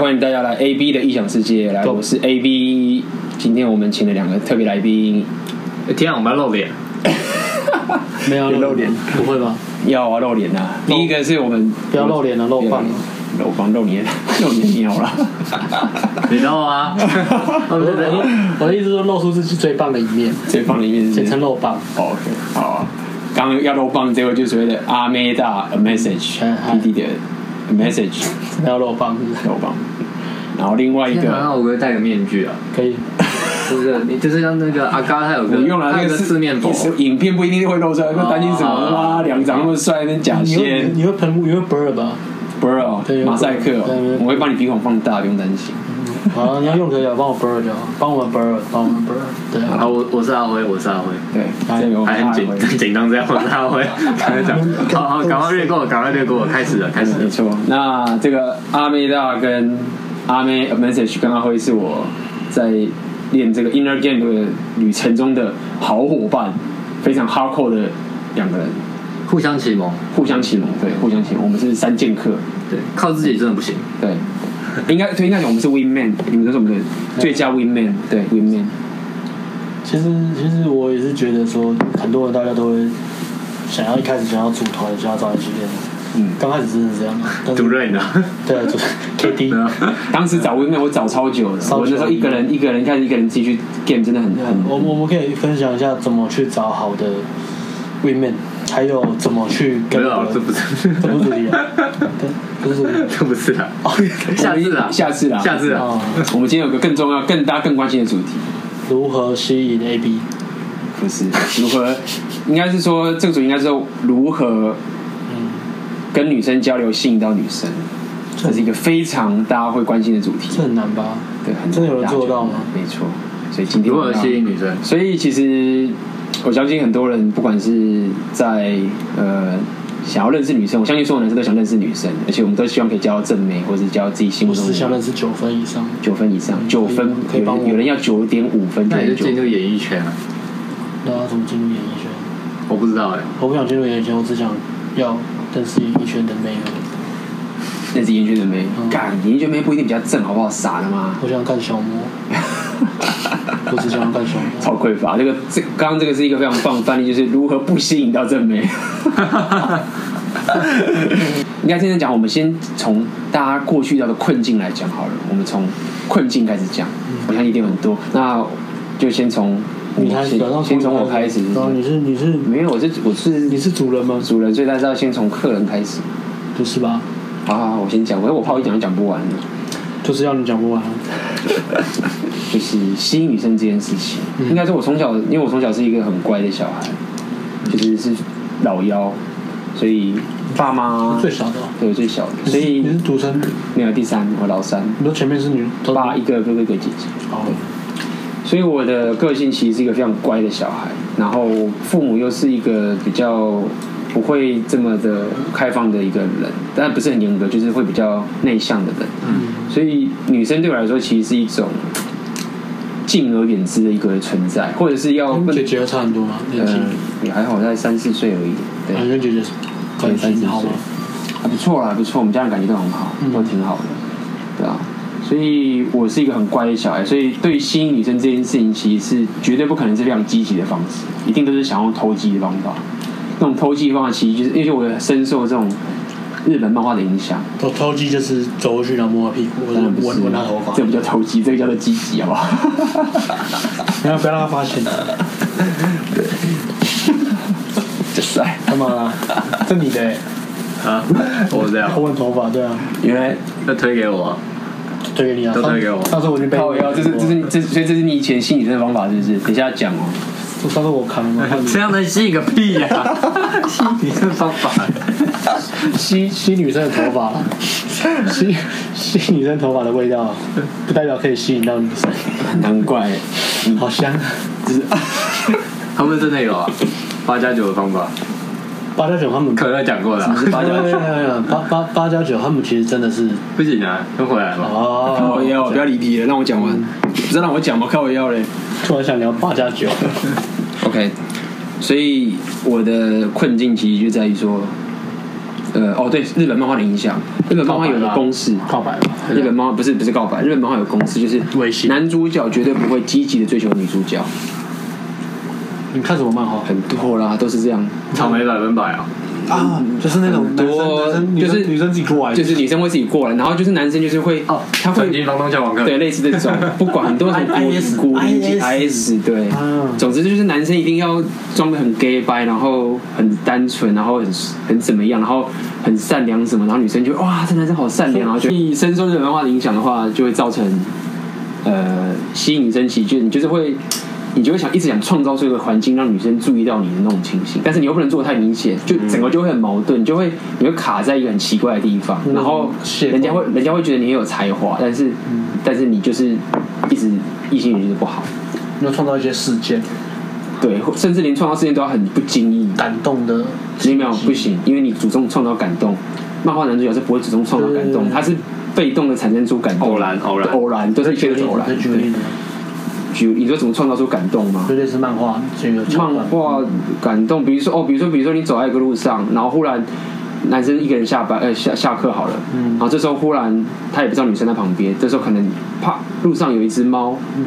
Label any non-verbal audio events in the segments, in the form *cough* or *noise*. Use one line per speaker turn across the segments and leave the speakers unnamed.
欢迎大家来 A B 的异想世界，来，我是 A B。今天我们请了两个特别来宾，
欸天啊，我们要露脸？
没有
别露脸，
不会吧？
要啊露脸呐、啊。第一个是我们
不要露脸了露棒了
露棒露脸，啊 *laughs* 露脸你好了。
你知道吗？
*laughs* 我的我的意思说，露出自己最棒的一面，
最棒的一面是
简称露棒。
哦 OK，好啊。刚刚要露棒这位就是所谓的阿妹大 message
嗯嗨
P D 的 message
真的要露棒是不是
露棒，然后另外一
天啊，
个
那我可以戴个面具啊？
可以，
是不是？你就是像那个阿嘎，他有个
不用了，
他
那
有
个啊
个
是
四面佛，
影片不一定会露出来，不要担心什么啦，两张那么帅，那假
你会
仙。
你会喷雾，你会 blur
*laughs*
吧？
不是哦
对，
马赛克
对对
哦
对，
我会把你鼻孔放大，不用担心。
好，你要用可以啊，帮我 blur 就好，帮我们 blur，帮我们 blur。对啊，
啊，我我是阿辉，我是阿辉，
对，
哎
这个我
还很
们
紧紧张这样，我是阿 *laughs* 辉，赶快讲，好好，赶快略过，赶快略过，开始了，开始
没 *laughs*
了，
错。那这个阿妹大跟阿妹 message 跟阿辉是我在练这个 inner game 的旅程中的好伙伴，非常 hardcore 的两个人，
互相启蒙，
互相启蒙，对，互相启蒙。我们是三剑客，
对，靠自己真的不行，
对，应该对，应该讲我们是 win man，你们都是我们的最佳 win man，对，win man。
其实其实我也是觉得说，很多人大家都会想要一开始想要组团，想要找人去练，
嗯，
刚开始真的是这样，但
主
是
任啊呢？
对啊
*laughs*
组
啊
KD，
当时找 win man 我找超久的，
超
我那时候
久
一个人一个人开始一个人自己去 game，真的很
*laughs*
很
我我们可以分享一下怎么去找好的 women，还有怎么去
没
跟
有，啊
我
这不是，
这不是主题
*laughs*
啊，对，不是主题。
这不是啊，下次啊，
下次啦，
下次啊，
哦，
我们今天有个更重要、更大、更关心的主题，
如何吸引 AB？
不是如何，应该是说这个主题应该是说如何
嗯，
跟女生交流，吸引到女生，这是一个非常大家会关心的主题
这。很难吧？
对，很
真的有人做得到吗？
没错，所以今天
如
我
何
们要
吸引女生？
所以其实我相信很多人，不管是在呃想要认识女生，我相信所有男生都想认识女生，而且我们都希望可以交到正妹，或者是交到自己心目
我
中
是想
的
认识九分以上，
九分以上，九分
可以
有
帮
人
我
有人要九点五分，
那你就
九
进入演艺圈啊？
那要怎么进入演艺圈？
我不知道哎，
我不想进入演艺圈，我只想要认识演艺圈的妹而
那是严俊的妹
嗯，
干严俊妹不一定比较正，好不好？傻了吗
已。？我想要干小
*laughs*
模，我只想要干小模。
超匮乏，这个这刚刚这个是一个非常棒的范例，就是如何不吸引到正
*laughs*
妹。应该现在讲，我们先从大家过去遇到的困境来讲好了。我们从困境开始讲，我相信一定有很多。那就先从我
嗯你开始，
先
然后
先从我开始。
然后你嗯是啊你是
没有，我是我是
你是主人吗？
主人，所以大家要先从客人开始。
不是吧？
好好，好我先讲，我我怕我一讲就讲不完了。
就是要你讲不完。
就是吸引女生这件事情，
嗯
应该说我从小，因为我从小是一个很乖的小孩，就是是老幺，所以爸妈
最小的哦，
对我最小的，
你
所
是
以
你是独嗯生，
没有第三，我老三，
你说前面是女，都
爸一个哥哥一个姐姐，
哦，
所以我的个性其实是一个非常乖的小孩，然后父母又是一个比较不会这么的开放的一个人，但不是很严格，就是会比较内向的人。
嗯，
所以女生对我来说其实是一种敬而远之的一个存在，或者是要
跟
跟
嗯姐姐差很多吗？年纪
呃，也还好，在三四岁而已，对，
啊，跟姐姐感情好
哦
吗？
还不错啦，还不错，我们家人感情都很好，
嗯
都挺好的，对啊。所以我是一个很乖的小孩，所以对于吸引女生这件事情，其实是绝对不可能是非常积极的方式，一定都是想用投机的方法。那种投机的方法，其实就是因为我深受这种日本漫画的影响，
偷偷鸡就是走过去然后摸他屁股，或者
当然不是
闻闻他头发，
这不叫投机，这个叫做积极，好不好？ *laughs*
然后不要让他发现。
就是哎。
干嘛啦？这你的欸，
*laughs* 啊，我这样
他，闻头发，对啊，
原来
那推给我啊，
推给你啊，
都推给我
上次我就被，
靠腰，这是这是你这是所以这是你以前吸引女生的方法，是不是？等一下讲哦。
我上次我扛
*laughs*
了，换你
这样能吸引个屁呀、 *laughs* 吸引你这方法，
吸吸女生的头
*laughs*
发啦，吸吸女生头发的味道，啊不代表可以吸引到女生，
难怪，
*laughs*
嗯
好香啊。
就是
他们真的有啊，八加九的方法，
八加九他们
可乐讲过了啊、
八加九
九，八八八加九他们其实真的是
不行啊，又回来了。
靠
哦，
腰，不要离题了，让我讲完。不是让我讲吗？靠腰嘞。
突然想聊八加九，
OK，所以我的困境其实就在于说，呃，哦对，日本漫画的影响，日本漫画有个公式，
告白吧，
日本漫画不是不是告白，日本漫画有公式，就是
微信
男主角绝对不会积极的追求女主角，
你看什么漫画？
很多啦，都是这样，
草莓百分百啊，
啊，就是那种
很
男生
多
男生女
就是
生女生自己过来，
就是女生会自己过来，然后就是男生就是会，
哦
他会
转进房东教网课，
对，类似这种，不管很多很
IS
孤孤零零
IS
IS 对
啊，
总之就是男生一定要装的很 gay 白，然后很单纯，然后很很怎么样，然后很善良什么，然后女生就哇，这男生好善良，然后就你深受日本文化的影响的话，就会造成呃吸引生奇，就你就是会。你就会想一直想创造出一个环境，让女生注意到你的那种情形，但是你又不能做得太明显，就整个就会很矛盾，你就会你会卡在一个很奇怪的地方，
嗯
然后
是
人家会人家会觉得你很有才华，但是、但是你就是一直异性缘就是不好，
你要创造一些事件，
对，或甚至连创造事件都要很不经意，
感动的
没有不行，因为你主动创造感动，漫画男主角是不会主动创造感动，
对
他是被动的产生出感动，
偶然偶然
偶然都是一切都是偶然
在。举例
对
呢，
举你说怎么创造出感动吗
就？类似漫画这个桥
漫
段
画感动，比如说哦，比如说比如说你走在一个路上，然后忽然男生一个人下班呃下下课好了，
嗯
然后这时候忽然他也不知道女生在旁边，这时候可能啪路上有一只猫，
嗯，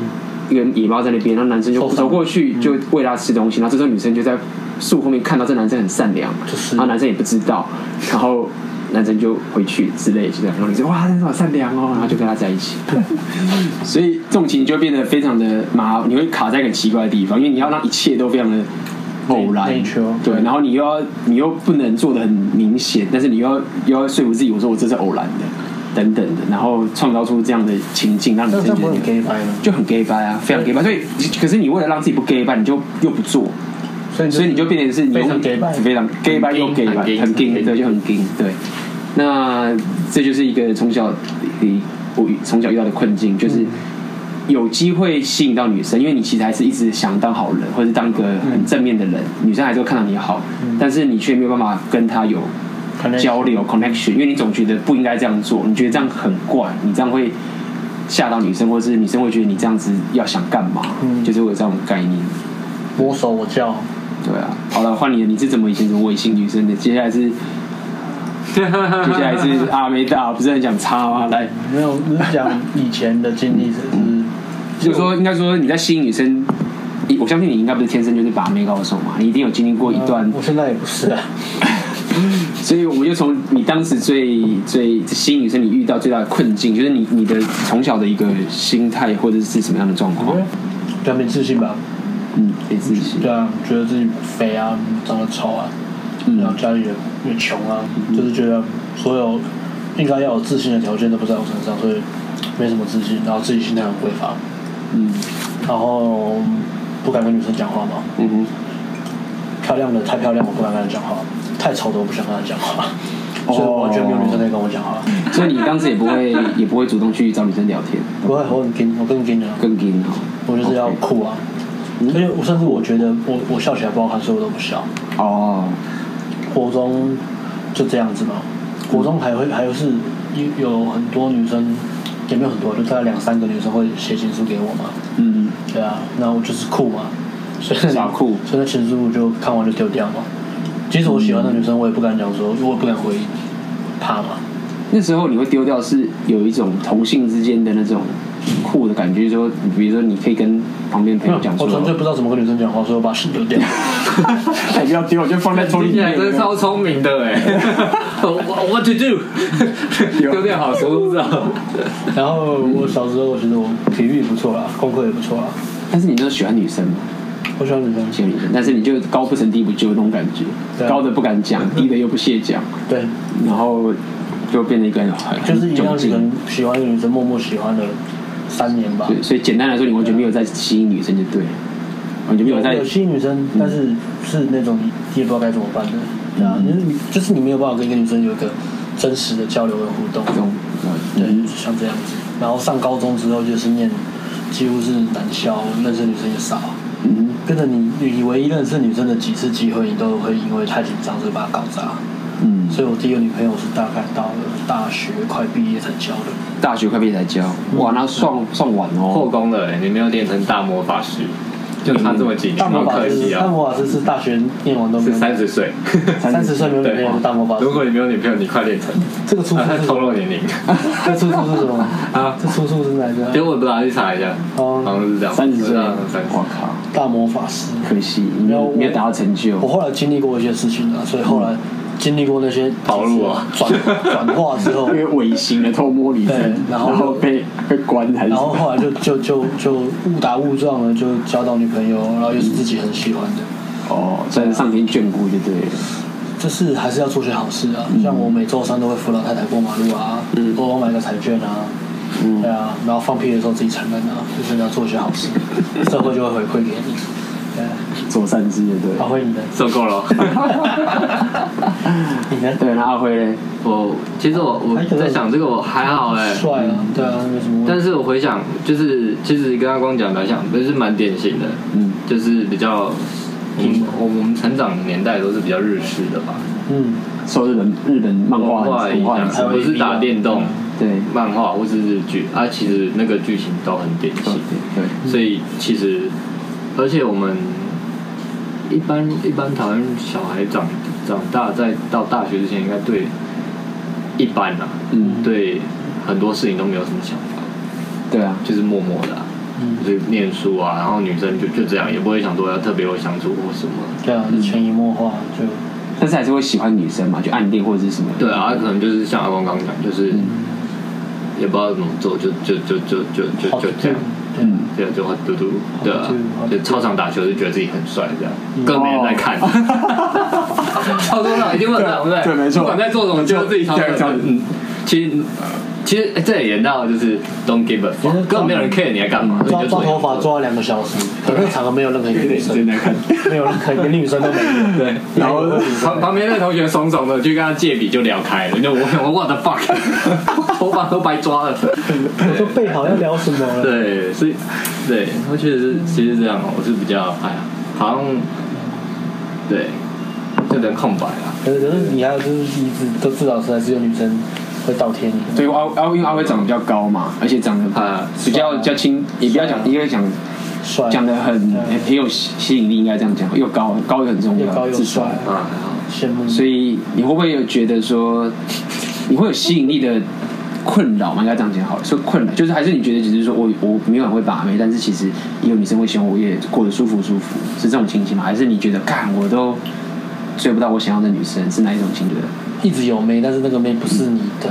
一个野猫在那边，然后男生就
受伤嗯
走过去就喂它吃东西，然后这时候女生就在树后面看到这男生很善良，
就是
然后男生也不知道，然后男生就回去之类，就这样。然后女生哇，男生好善良哦，然后就跟他在一起。所以这种情就变得非常的麻，你会卡在一个很奇怪的地方，因为你要让一切都非常的偶然
内内求，
对，然后你又要你又不能做的很明显，但是你又要又要说服自己，我说我这是偶然的，等等的，然后创造出这样的情境，让你
那
真
这
的觉
样
得
不会
你
很 gay 掰吗？
就很 gay 掰啊，非常 gay 掰。所以，可是你为了让自己不 gay 掰，你就又不做，
所以
所以你就变成是你
非
用
常 gay 掰
非常 gay 掰又 gay 掰，
很 gay，
很
很
gay，
gay
对，就很 gay，对。那这就是一个从小你我从小遇到的困境，就是有机会吸引到女生，因为你其实还是一直想当好人，或者当一个很正面的人，女生还是会看到你好，但是你却没有办法跟她有
可能
交流 connection，因为你总觉得不应该这样做，你觉得这样很怪，你这样会吓到女生，或是女生会觉得你这样子要想干嘛，
嗯
就是会有这种概念。
摸手我叫，
对啊，好了，换你了，你是怎么以前怎么微信女生的？接下来 *laughs* 是接下来是阿梅大，不是很想插吗？来，
没有你讲以前的经历，只是 *laughs*
就是说应该说你在吸引女生，你我相信你应该不是天生就是把妹高手嘛，你一定有经历过一段
呃我现在也不是 *laughs* 啊，
嗯 *laughs* 所以我们就从你当时最最吸引女生，你遇到最大的困境，就是你你的从小的一个心态或者是什么样的状况？
比较没自信吧？
嗯，给自己
对啊，觉得自己肥啊，长得丑啊，然后
嗯
家里也也穷啊，就是觉得所有应该要有自信的条件都不在我身上，所以没什么自信，然后自己心态很匮乏，
嗯
然后不敢跟女生讲话嘛，
嗯哼，
漂亮的太漂亮，我不敢跟她讲话；太丑的我不想跟她讲话，
哦
所以我完全没有女生在跟我讲话。
所以你当时也不会也不会主动去找女生聊天，
我很我很硬，我更硬啊，
更 gay 哦。
我就是要酷啊。
嗯
而且我甚至我觉得我我笑起来不好看，所以我都不笑。
哦，
国中就这样子嘛，国中还会还有是有有很多女生，也没有很多，就大概两三个女生会写情书给我嘛。
嗯，
对啊，那我就是酷嘛，所以
耍酷
所以那情书我就看完就丢掉嘛。即使我喜欢的女生，我也不敢讲说，我也不敢回应，怕嘛。
那时候你会丢掉是有一种同性之间的那种酷的感觉，就是说比如说你可以跟旁边朋友讲
嗯我
说，
纯粹不知道怎么跟女生讲话，所以我把信丢 *laughs* 掉。
哎不要丢，我就放在抽屉里
听起来
面。
真超聪明的哎，What to do？丢掉好书是吧？
然后我小时候其实我体育也不错啦，啊功课也不错啦，
但是你那时候喜欢女生吗？
我喜欢女生。
谢女生，但是你就高不成低不就那种感觉，
对啊
高的不敢讲，低的又不屑讲，
对，
然后就变得一个人很
就是一
很
样
窘
一个
境。
人喜欢一个女生，默默喜欢了三年吧。
对，所以简单来说，你完全没有在吸引女生就对了，完全没有在
有吸引女生，但
嗯
是是那种你也不知道该怎么办的，对啊，就是你就是你没有办法跟一个女生有一个真实的交流跟互动，
中，
对，
嗯
就，像这样子。然后上高中之后就是念，几乎是男校，认识女生也少，
嗯
变得你你唯一认识女生的几次机会，你都会因为太紧张所以把她搞砸。
嗯，
所以我第一个女朋友是大概到了大学快毕业才交的，嗯
大学快毕业才交，哇，那算算晚
后
哦，
宫了哎，你没有练成大魔法师，就差这么几年，
大
好
魔法
可
师，
惜
大
啊！
魔法师是大学念完都没
是
有，
三十岁，
三十岁没有女朋
对
友的大魔法师
如，果你没有女朋友，你快练成，
这个出处
啊他
是什
透
么？
露年龄
这出处是什么？
啊！
这出处是哪一
其实
个？
我不知道，去查一下，好
哦，
像是这样，
三十岁，
三十
我靠，
大魔法师。
可惜你没
没有
有
我
没有达到成就
我。后来经历过一些事情啊，所以后来经历过那些
跑路啊
转转化之后
因，为尾行的偷摸你，
对
然
然后
后被被关还是
然？后后来就就就就误打误撞的就交到女朋友，然后又是自己很喜欢的，
哦，算是上天眷顾就对了。
就是还是要做些好事啊。像我每周三都会扶老太太过马路啊，偶尔买个彩券啊，对啊，然后放屁的时候自己承认啊，就是要做些好事，社会就会回馈给你。对，
做善事就对
阿
了。
辉你的，
受够了。
你呢？
对，然后阿辉嘞，
我其实我我在想这个我还好哎、
帅啊，对啊，没什么问题。
但是我回想就是其实跟阿光讲来讲，就是蛮典型的，
嗯，
就是比较我们我们成长的年代都是比较日式的吧，
嗯，
受日本日本漫画
文化
文
影
化影
响，
响，
不是打电动、
对
漫画或是日剧啊，其实那个剧情都很典
对
型，
对，
所以其实而且我们一般一般台湾小孩长长大在到大学之前，应该对一般啊，
嗯
对很多事情都没有什么想法，
对啊，
就是默默的、啊，
嗯
就是念书啊，然后女生就就这样，也不会想说要特别有相处或什么。
对啊，就潜移默化就。
但是还是会喜欢女生嘛，就暗恋或者是什么。
对啊，可能就是像阿光刚刚讲，就是也不知道怎么做，就就就就就就
好
就这样，
嗯，
对，就会嘟嘟，对啊
好对好，
就操场打球就觉得自己很帅这样，
嗯
更没人在 *laughs* 看。操场上一定会有人对不
哦对没错
不管在做什么，觉得自己超
对
帅
对。
嗯，其实其实哎这也演到就是 don't give a
嗯
fuck，
其实
根本没有人 care 你在干嘛，所以
抓
你就
抓
做
头发抓了两个小时，可那个场合没有任何一个女生，
难看。
没有任何一个女生都没有。
对，
然后
旁旁边那同学怂怂的去跟他借笔就聊开了，就我我 what
*laughs*
the fuck，头发都白抓了。
我就备好要聊什么啊了。
对，所以对，我确实是其实这样哦，我是比较哎呀，好像对，就有点空白啊。
可是可是你还有就是你至都至少是还是有女生会倒贴你。
对，阿阿因为阿辉长得比较高嘛，而且长得
啊
比较比较轻，也不要讲，应该讲
帅
讲的很很
嗯
很有吸吸引力，应该这样讲，又高高也很重
又高
要，
又
自帅
帅。，
啊，还好
羡慕。
所以你会不会有觉得说，你会有吸引力的困扰吗？应该这样讲好了，说困扰就是还是你觉得只是说我我没有很会把妹，但是其实也有女生会喜欢我，我也过得舒服舒服，是这种情形吗？还是你觉得干我都追不到我想要的女生，是哪一种情觉得？
以一直有妹，但是那个妹不是你的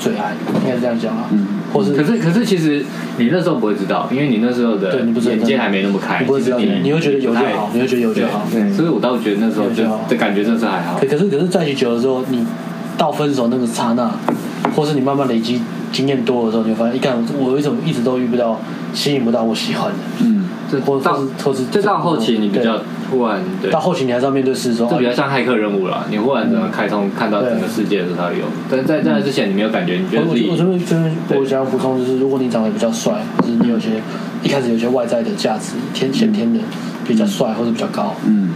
最爱，应该这样讲啊。
嗯
或是
可是可是其实你那时候不会知道，因为你那时候的
对你不知道
眼界还没那么开，
你不会知道
其实
你会觉得有就好你会觉得有就好
对
对
所以我倒觉得那时候就
有就好
就感觉那时候还好
可。可是可是在一起久了之后，你到分手那个刹那，或是你慢慢累积经验多的时候，你会发现，一看我为什么一直都遇不到、吸引不到我喜欢的，
嗯，
这
或
到
或是或是
这到后期你比较忽然对，
到后期你还是要面对事实说，啊
这比较像骇客任务了。你忽然怎么开通看到整个世界的时候才有，但在在那之前你没有感觉，你觉
我
得
我
自
我这
己
边这边我想要补充就是，如果你长得比较帅，就是你有些一开始有些外在的价值，天先天的比较帅或者比较高，
嗯，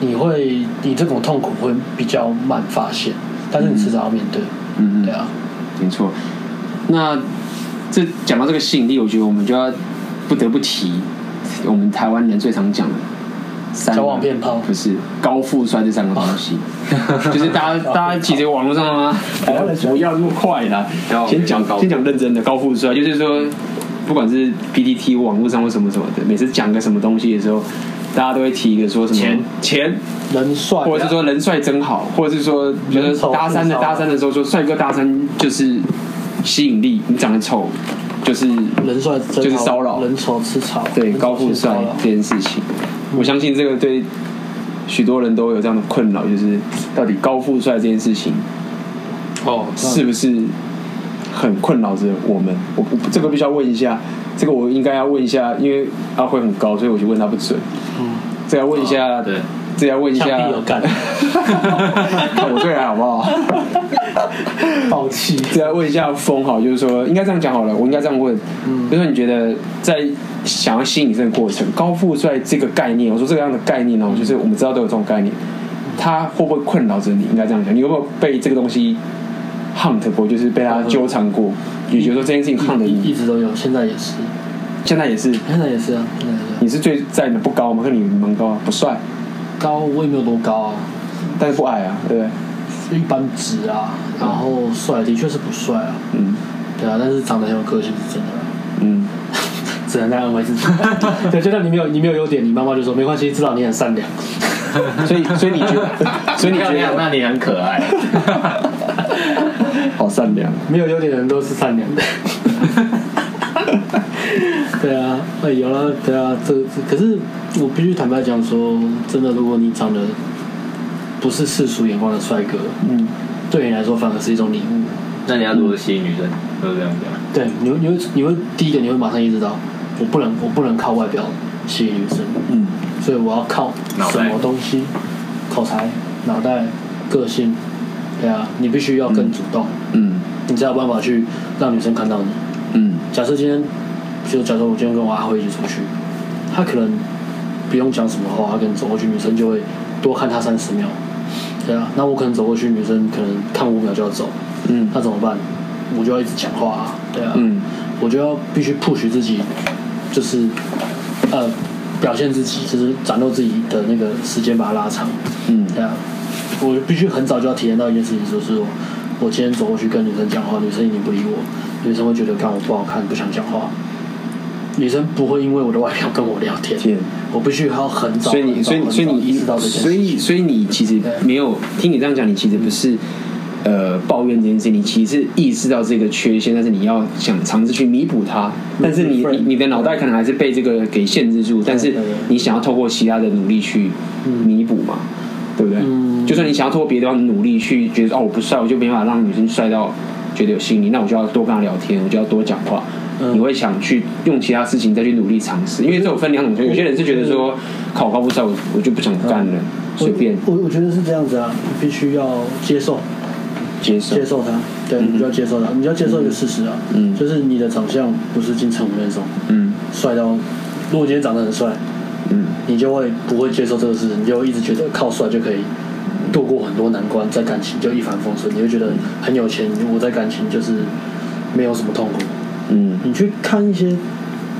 你会你这种痛苦会比较慢发现，但是你迟早要面对，
嗯嗯
对啊，
没错。那这讲到这个吸引力，我觉得我们就要不得不提我们台湾人最常讲的三个
交往变炮哦
不是高富帅这三个东西，就是大
*laughs*
家大家其实网络上啊，
台湾人喜欢
不要那么快啦
交往，变
先讲
高富
先讲认真的高富帅，就是说不管是 PPT 网络上或什么什么的，每次讲个什么东西的时候，大家都会提一个说什么
钱
钱
人帅，
或者是说人帅真好，或者是说觉得搭讪的搭讪的时候说帅哥搭讪就是吸引力，你长得丑就是
人帅真好
就是骚扰
人丑吃草，
对
人丑
高富
吃骚
帅
扰
这件事情，我相信这个对许多人都有这样的困扰，就是到底高富帅这件事情
哦
是不是很困扰着我们？我我这个必须要问一下，这个我应该要问一下，因为阿辉很高，所以我就问他不准。
嗯
这要问一下，
对，
这要问一
墙
下
壁，有干，
看 *laughs* 我最矮好不好？
暴气，
再来啊问一下风好，就是说应该这样讲好了，我应该这样问，
嗯
就是说你觉得在想要吸引这个过程，高富帅这个概念，我说这样的概念呢，就是我们知道都有这种概念，它会不会困扰着你？应该这样讲，你有没有被这个东西 hunt 过，就是被它纠缠过？你觉得说这件事情 hunt
一一
你？
直都有，现在也是。
现在也是，
现在也是啊，现在也是啊
你是最在的不高吗？可你蛮高啊，不帅，
高我也没有多高啊，
但是不矮啊，对不对？
就一般直啊，然后帅的确是不帅啊，
嗯
对啊，但是长得很有个性是真
*laughs*
的啊、
嗯，
只能在安慰自己。 *laughs* 对，就像你没有你没有优点，你妈妈就说没关系，至少你很善良。
所以所以你觉得，所以你觉
漂亮，
得
*laughs* 那你很可爱。
好善良，
没有优点的人都是善 *laughs* 良的。对啊，哎，有了，对啊，这这可是我必须坦白讲说，真的，如果你长得不是世俗眼光的帅哥，
嗯，
对你来说反而是一种礼物。
那你要如何吸引女生？就是这样讲。
对，你会你会你会第一个你会马上意识到，我不能我不能靠外表吸引女生，
嗯
所以我要靠
脑
什
袋
么东西，口才、脑袋、个性，对啊，你必须要更主动，
嗯
你才有办法去让女生看到你。
嗯
假设今天，就假设我今天跟我阿辉一起出去，他可能不用讲什么话，他可能走过去，女生就会多看他三十秒，对啊，那我可能走过去，女生可能看五秒就要走，
嗯
那怎么办？我就要一直讲话啊，对啊，
嗯
我就要必须 push 自己，就是呃表现自己，就是展露自己的那个时间把它拉长，
嗯
对啊，我必须很早就要体验到一件事情，就是我我今天走过去跟女生讲话，女生已经不理我，女生会觉得看我不好看，不想讲话。女生不会因为我的外表跟我聊天，
天
我必须要很早，
所以你，所以
很
你，
早
所以
很早
你
意识到这件
所
事情。
以，所以你其实没有听你这样讲，你其实不是呃抱怨这件事，你其实是意识到这个缺陷，但是你要想尝试去弥补它，
嗯
但是你
Reframe
你你的脑袋可能还是被这个给限制住，但是
对对
你想要透过其他的努力去弥补嘛，对不对？
嗯
就算你想要透过别的方努力去觉得哦我不帅，我就没办法让女生帅到觉得有吸引力，那我就要多跟她聊天，我就要多讲话。
嗯
你会想去用其他事情再去努力尝试，因为这有分两种，有些人是觉得说考高不上，我我就不想干
嗯
了，随便
我我我觉得是这样子啊，你必须要接受，
接受
接，受它，对，你就要接受它，你就要接受一个事实啊，
嗯
就是你的长相不是金城武那种
嗯
帅到，如果今天长得很帅，
嗯
你就会不会接受这个事，你就会一直觉得靠帅就可以度过很多难关，在感情就一帆风顺，你会觉得很有钱，我在感情就是没有什么痛苦。
嗯
你去看一些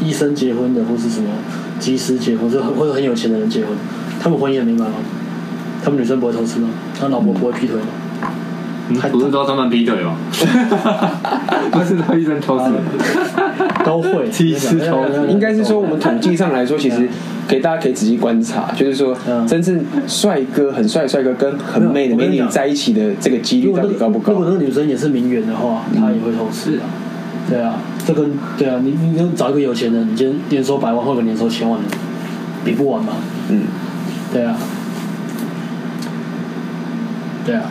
医生结婚的，或是什么技师结婚，就很会很有钱的人结婚，他们婚姻很美满吗？他们女生不会偷吃吗？他老婆不会劈腿吗？还
不是说他们劈腿吗？ *laughs* 不是说医生偷吃。
都会，
其实从
嗯应该是说，我们统计上来说，其实给大家可以仔细观察，就是说，
嗯
真正帅哥、很帅的帅哥跟很美的
没有我
美
跟你
女
讲
在一起的这个几率
如果
到
那
底
个
高不嗯
如果
高？
那个女生也是名媛的话，她也会偷吃啊。对啊，这跟对啊，你你就找一个有钱人，你今天年收百万或者年收千万的，比不完嘛。
嗯，
对啊，对啊，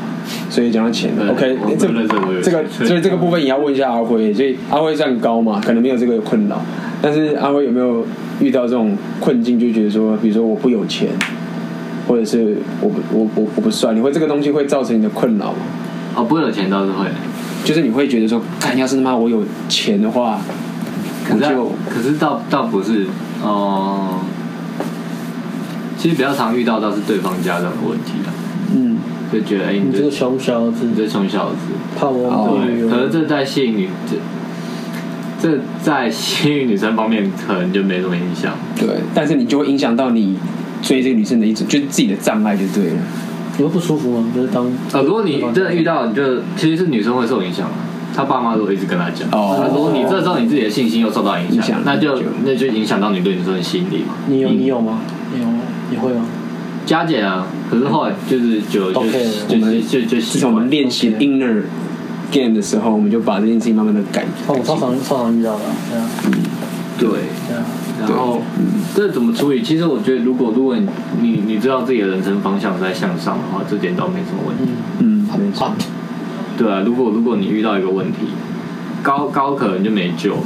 所以讲到钱
对
，OK，
我
这
我认识我有
这个，
兴趣
所以这个部分也要问一下阿辉，所以阿辉算高嘛，可能没有这个困扰，但是阿辉有没有遇到这种困境，就觉得说，比如说我不有钱，或者是我不我我我不帅，你会这个东西会造成你的困扰吗？
哦，不会有钱倒是会，
就是你会觉得说，看要是他妈我有钱的话，
可
我
是啊
就
可是倒倒不是哦、其实比较常遇到倒是对方家长的问题啊，
嗯
就觉得哎、
你
你
这
这哎
个穷小子
你这穷小子，
怕我
哦
女
对，
友
可是这在吸引女这这在吸引女生方面可能就没什么影响，
对，但是你就会影响到你追这个女生的一种，就是自己的障碍就对了。
你会不舒服吗？就是当
呃，如果你真的遇到，你就其实是女生会受影响嘛。她爸妈如果一直跟她讲，
哦
啊如果你这时候你自己的信心又受到影
影
响
响，
那就
就
那就影响到你对女生的吸引力嘛。
你有你有吗？你有吗？你会吗？
加减啊，可是后来就是就就
OK，
就
我们
就就就
自
习
从我们
惯。
练习
OK
inner game 的时候，我们就把这件事情慢慢的改。
哦，我超常超常遇到的啊，对啊
对，
对啊，
然后这怎么处理？其实我觉得，如果如果你你你知道自己的人生方向在向上的话，这点倒没什么问题。
嗯，
嗯，没错。
好，
对啊，如果如果你遇到一个问题，高高可能就没救了。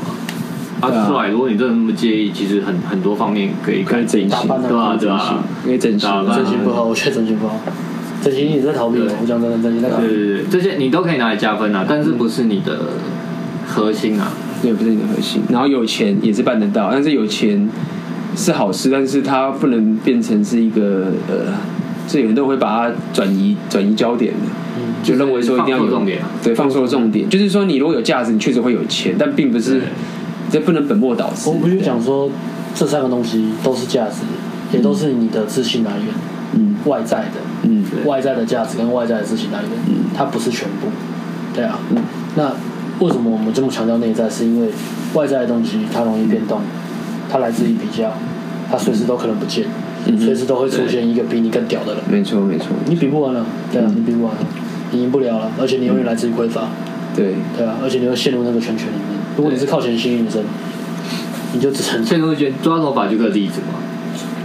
啊，
对啊
帅，如果你真的那么介意，其实很很多方面可以
可以整
打
形，
扮啊
对啊对
整形
啊，
可以整
打
形，
扮
真心不好，我确真心不好，真心也在逃避我
对，
我讲真的，真心在逃
对
避。
对对，这些你都可以拿来加分啊，但是
嗯
不是你的核心啊？
对，不是你的核心。然后有钱也是办得到，但是有钱是好事，但是它不能变成是一个呃，这有人都会把它转移转移焦点的，
嗯
就认为说一定要有
放错重点啊
对，放错重点，就是说你如果有价值，你确实会有钱，但并不是
对
这不能本末倒置。
我们不就讲说，这三个东西都是价值，也都是你的自信来源，
嗯
外在的。
嗯
对
外在的价值跟外在的自信来源，它不是全部，对啊。
嗯
那为什么我们这么强调内在？是因为外在的东西它容易变动，它来自于比较，它随时都可能不见，
嗯哼
随时都会出现一个比你更屌的人，
没错没错，
你比不完了，对
嗯
啊，你比不完了，你赢不了了，而且你永远来自于匮乏，
对
对啊，而且你会陷入那个圈圈里面。如果你是靠钱吸引生，你就只能
现在会觉得抓头发就个例子嘛，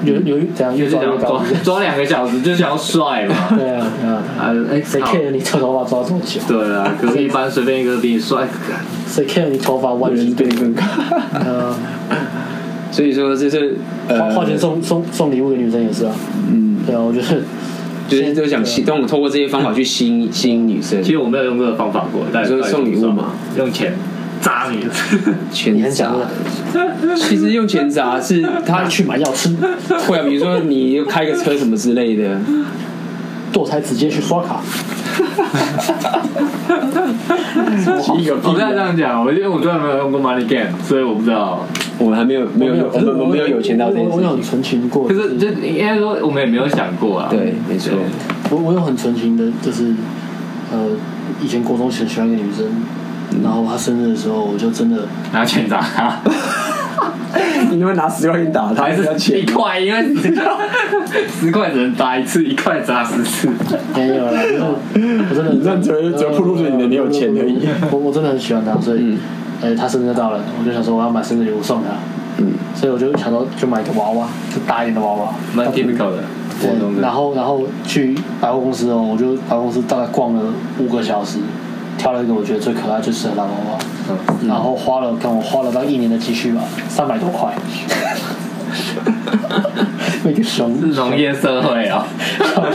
有有怎样
就
越
是
抓越
想
高
抓。抓两个小时，就想要帅嘛。
*laughs*
对啊，对啊，
啊，哎，
谁
靠
care 你这头发抓多久？
对啊，隔壁班随便一个比你帅，
谁 care 你头发弯几
人
度
变？更高，
呃，
*laughs* 所以说这是
花
呃
花钱送送送礼物给女生也是啊，
嗯，
对啊，我觉得
就是都想吸，通过通过这些方法去吸引吸引女生
其，实我没有用这个方法过，但
你说送礼物吗？
用钱砸
*laughs*
你， *laughs*
钱
你很
砸
想。
其实用钱砸是
他
他
去买药吃，
会啊，比如说你开个车什么之类的，
堕胎直接去刷卡，
一个屁
哦我不要这
啊
样讲，我因为我真的没有用过 money game，所以我不知道。
我们还没有没有我们我们没有有钱到这件
我
事
我
情
有很，纯情过，
可是就应该说我们也没有想过啊。
对，没错，
我我有很纯情的，就是呃，以前国中很喜欢一个女生，然后她生日的时候，我就真的
拿钱砸他，
*laughs* 你会拿十块钱打他
还是一块？因为十 *laughs* 块只能砸一次，一块砸十次。
没哎有啦，就是我真的，
你这样只会只会暴露出你的没有钱而已
我我真的很喜欢她，所以
嗯
呃，她生日到了，我就想说我要买生日礼物送她，
嗯，
所以我就想说就买一个娃娃，就大一点的娃娃，
蛮 typical 的，我懂
对，然
的。
后然后去百货公司哦，我就百货公司大概逛了五个小时，挑了一个我觉得最可爱、最适合他娃娃，
嗯
然后花了跟我花了到一年的积蓄吧，三百多 *laughs* 块，那个熊
是农业社会啊、*laughs*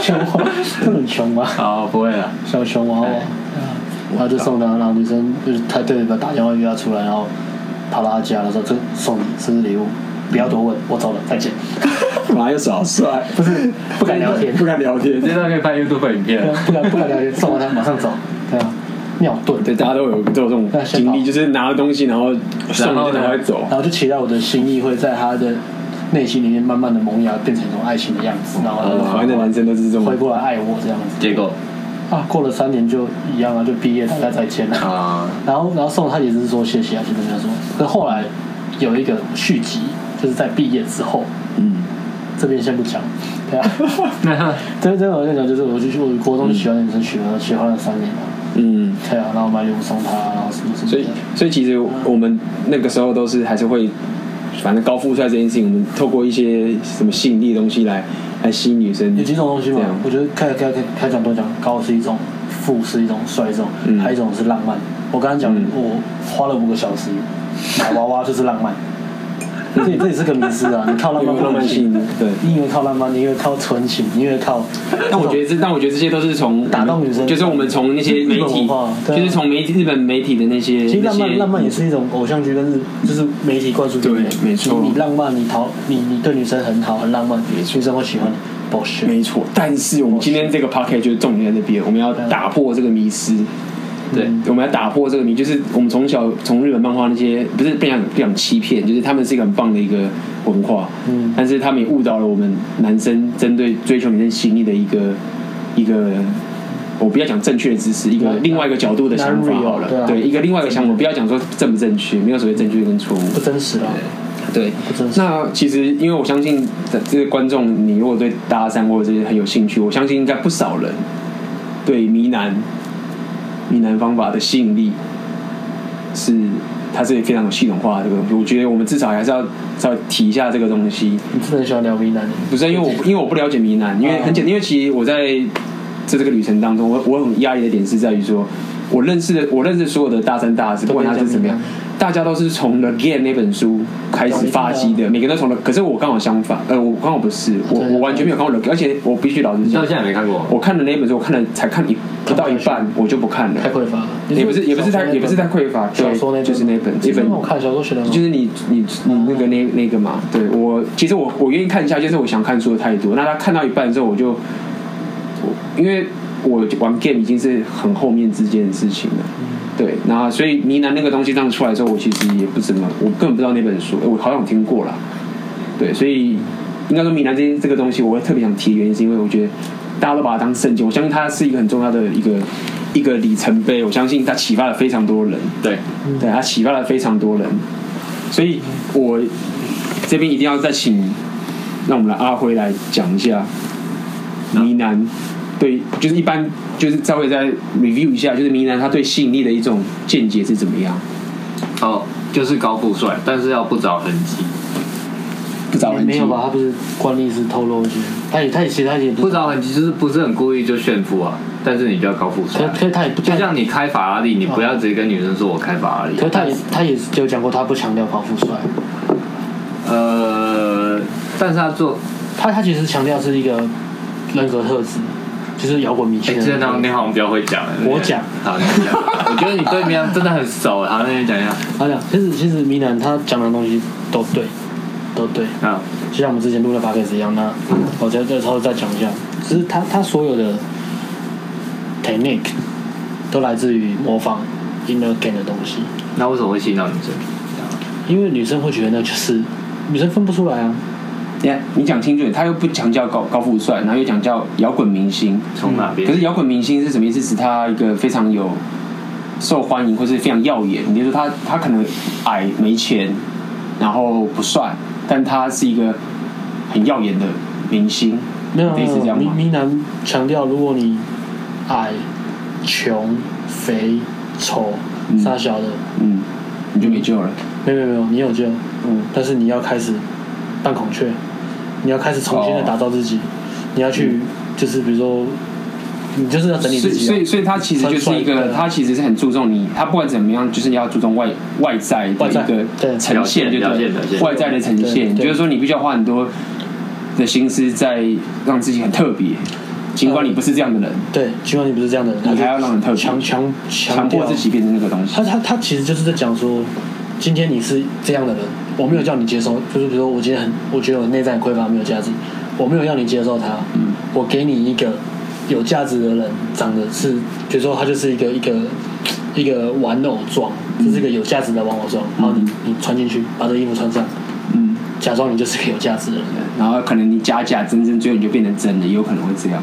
小 熊娃，这很穷 *laughs* 吗？
好，不会了。
小熊娃娃，对啊然后就送他，然后女生就是他对他打电话约他出来，然后跑到他家的时候，这送你生日礼物，不要多问，我走了，再见，
马又耍帅，
不是不敢聊天。
不敢聊天，
这段可以拍 YouTube 影片
对。 *laughs* 啊不 *laughs* 敢不敢聊天，送完他马上走，对啊，尿遁，
对，大家都有都有这种经历，就是拿了东西然后送人然后走
然，后就期待我的心意会在他的内心里面慢慢的萌芽，变成一种爱情的样
哦
子，然后他就
讨厌的男生都是这种
回过来爱我这样子
结果
啊。过了三年就一样啊，就毕业，大家再见了。
啊，
然后然后送他也只是说谢谢啊，就跟他说。可后来有一个续集，就是在毕业之后，
嗯，
这边先不讲，对
*laughs*
啊。
*laughs* 那
这这我跟你讲，就是我就我国中喜欢的女生喜欢喜欢了三年啊，
嗯。
对啊，然后我买礼物送她，然后什么什么
所以
的。，
所以其实我们那个时候都是还是会，反正高富帅这件事情，我们透过一些什么吸引力的东西来来吸引女生。
有几种东西嘛
这样？
我觉得开开开开讲多讲，高是一种，富是一种，帅是一种，
嗯
还有一种是浪漫。我刚刚讲，
嗯
我花了五个小时买娃娃就是
*laughs*
浪漫，这这也是个迷思啊！你靠浪漫
有
不
浪漫
能
吸
性
引，力，对。
你以为靠浪漫，你以为靠纯情，你以为靠……
但我觉得这，但我觉得这些都是从
打动女生
就是我们从那些媒
日本
体
文化，对啊
就是从媒体日本媒体的那些，
其实浪
那
漫
些
浪漫也是一种偶像剧，但是就是媒体灌输给你的
对没错
你你浪漫，你讨你你对女生很好，很浪漫，女生会喜欢你。bullshit，
没错。但是我们今天这个 p o c k e t 就是重点在这边，我们要打破这个迷失。
对，
我们要打破这个迷，就是我们从小从日本漫画那些不是不想不想欺骗，就是他们是一个很棒的一个文化，
嗯
但是他们也误导了我们男生针对追求女生心意的一个一个，我不要讲正确的知识，一个
对
另外一个角度的想法
narrow
好了，
对啊
对，一个另外一个想法，不要讲说正不正确，没有所谓正确跟错误，
不真实啊，
对，
不真实。
那其实，因为我相信这些观众，你如果对搭讪或者这些很有兴趣，我相信应该不少人对迷男迷男方法的吸引力是，它是非常有系统化的这个东西。我觉得我们至少还是要稍微提一下这个东西。
你真的很喜欢聊迷男？
不是因为我因为我不了解迷男，因为很简单，因为其实我在在这个旅程当中，我我很压抑的点是在于说，我认识的我认识所有的大三大四，不管他是怎么样，大家都是从《The Game》那本书开始发迹的，每个人都从 The，可是我刚好相反，呃，我刚好不是，我我完全没有看过《The Game》，而且我必须老实
你到
讲，
现在也没看过？
我看的那本书，我看了才看一不到一半，我就不看了
太。匮乏了，
也不是也不是太也不是太匮乏，
小说那
对，就是那本那
基本
本
我看小说学的吗？
就是你你你那个那那个嘛，对我其实我我愿意看一下，就是我想看书的太多。那他看到一半之后，我就我因为我玩 game 已经是很后面之间的事情了，对，那所以呢喃那个东西这样出来之后，我其实也不怎么，我根本不知道那本书，呃我好像有听过啦。对，所以应该说呢喃这这个东西，我会特别想提，原因是因为我觉得大家都把它当圣经，我相信它是一个很重要的一个一个里程碑，我相信它启发了非常多人。
对，
对他启发了非常多人，所以我这边一定要再请，让我们的阿辉来讲一下呢喃，对，就是一般就是稍微再 review 一下，就是呢喃他对吸引力的一种见解是怎么样，
哦，就是高富帅，但是要不找痕迹，
不找人
没有吧？？他不是惯例是透露一些，他也他也其实他也
不
不，
找痕迹就是不是很故意就炫富啊，但是你就要高富帅
可
啊，
可他也不
就像你开法拉利，你不要直接跟女生说我开法拉利
可，是他也他也只有讲过，他不强调高富帅，
呃，但是他做，
他他其实强调是一个人格特质，就是摇滚明
哎、
星
欸，
的
真的
那
你
种。
好像比较会讲，
嗯我讲
好，你讲，我觉得你对面真的很熟，好，那你讲一下，
他讲，啊其实其实米兰他讲的东西都对，都对，
啊，
就像我们之前录的 p o d c a 一样。那我觉得这时候再讲一下，就是他他所有的 technique 都来自于模仿 inner game 的东西，
那为什么会吸引到女生？
因为女生会觉得那就是女生分不出来啊。
你看你讲清楚点，他又不强调高高富帅，然后又讲叫摇滚明星，
从哪边？
可是摇滚明星是什么意思？指他一个非常有受欢迎，或是非常耀眼。你比如说他，他可能矮没钱，然后不帅，但他是一个很耀眼的明星。
没有，啊
类似这样
米
吗？
米南强调，如果你矮、穷、肥、丑、
嗯
傻小的，
嗯，你就没救了。
没有没有没有，你有救，
嗯，
但是你要开始扮孔雀，你要开始重新的
哦
打造自己，你要去、就是比如说，你就是要整理
所
自
以，
己、啊，
所以，所以他其实就是一
穿出来
个，
对
他其实是很注重你，他不管怎么样，就是你要注重外外在的
外在
一
对
个呈现，就
表现
对
表现
外在的呈现，
对对
就是说你必须要花很多的心思在让自己很特别，尽管你不是这样的人。
对，尽管你不是这样的人，
你还
他
要
就
让人特别
强强强
强迫
调
自己变成那个东西
他。他他其实就是在讲说，今天你是这样的人，我没有叫你接受，就是比如说我今天很，我觉得我内在很匮乏，没有价值，我没有要你接受他，
嗯
我给你一个有价值的人，长得是，比如说他就是一个一个一个玩偶装，这是一个有价值的玩偶装，然后你你穿进去，把这衣服穿上，
嗯，
假装你就是个有价值的人，
然后可能你假假真真，最后你就变成真的，也有可能会这样。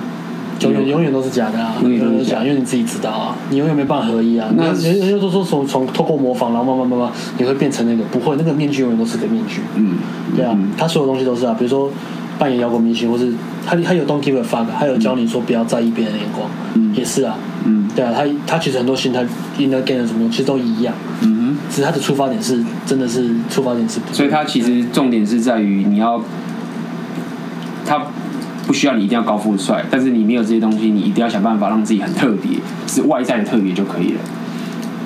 永远永远都是假的啊，
永远都是
是
假
假，因为你自己知道啊，你永远没办法合一啊。
那
那人人家都说从从透过模仿，然后慢慢慢慢，你会变成那个不会，那个面具永远都是个面具。
嗯，
对啊，他所有东西都是啊，比如说扮演摇滚明星，或是他他有 don't give a fuck，他有教你说不要在意别人的眼光，
嗯
也是啊。
嗯
对啊，他他其实很多心态 inner game 什么的其实都一样，
嗯
只是他的出发点是真的是出发点是不
哼，所以它其实重点是在于你要，它不需要你一定要高富帅，但是你没有这些东西，你一定要想办法让自己很特别，是外在的特别就可以了。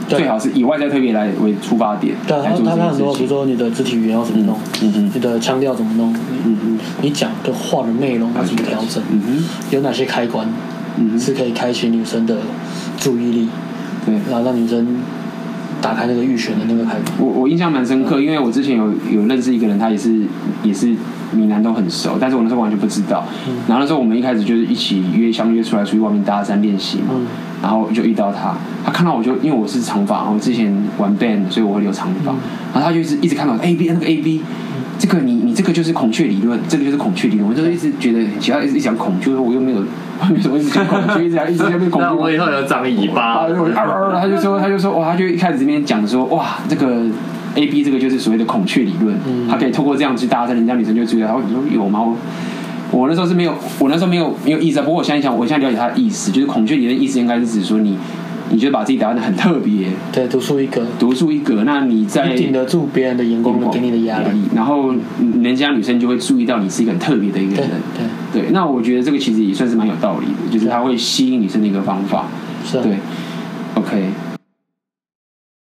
对啊
最好是以外在特别来为出发点
对啊，
来
他
做
他
这
他
件
很多
事
比
情。
如说你的肢体语言要怎么弄，
嗯嗯
你的腔调怎么弄，
嗯嗯
你讲的话的内容要怎么调整，
嗯哼
有哪些开关
嗯哼，
是可以开启女生的注意力，
对。
然后让女生打开那个预选的那个开关。
我我印象蛮深
嗯
刻，因为我之前有有认识一个人，他也是也是闽南都很熟，但是我那时候完全不知道。
嗯
然后那时候我们一开始就是一起约相约出来出去外面搭讪练习嘛，
嗯
然后就遇到他，他看到我就因为我是长发，我之前玩 band，所以我会留长
嗯
发，然后他就一直一直看到 A B 那个 A B。这个你你这个就是孔雀理论，这个就是孔雀理论，我就一直觉得很奇怪，一直一直讲孔雀，我又没有， *laughs* 我又没有什么一直讲孔雀，一直讲一直在被孔雀
*laughs* 那。我以后有长尾巴
啊，，我
*laughs*
就啊啊啊他就说，他就说，哇，他就一开始这边讲说，哇，这个 A B 这个就是所谓的孔雀理论，
嗯
他可以透过这样去搭讪人家女生就追到他。我说有吗？我我那时候是没有，我那时候没有没有意识啊。不过我现在想，我现在了解他的意思，就是孔雀理论意思应该是指说你，你就把自己打扮的很特别，
对，读书一个，
独树一格。那你在
你顶得住别人的眼光给你的压力。，
然后人家女生就会注意到你是一个很特别的一个
对
人。
对，
对，那我觉得这个其实也算是蛮有道理的，就是它会吸引女生的一个方法。
是啊。
对，OK，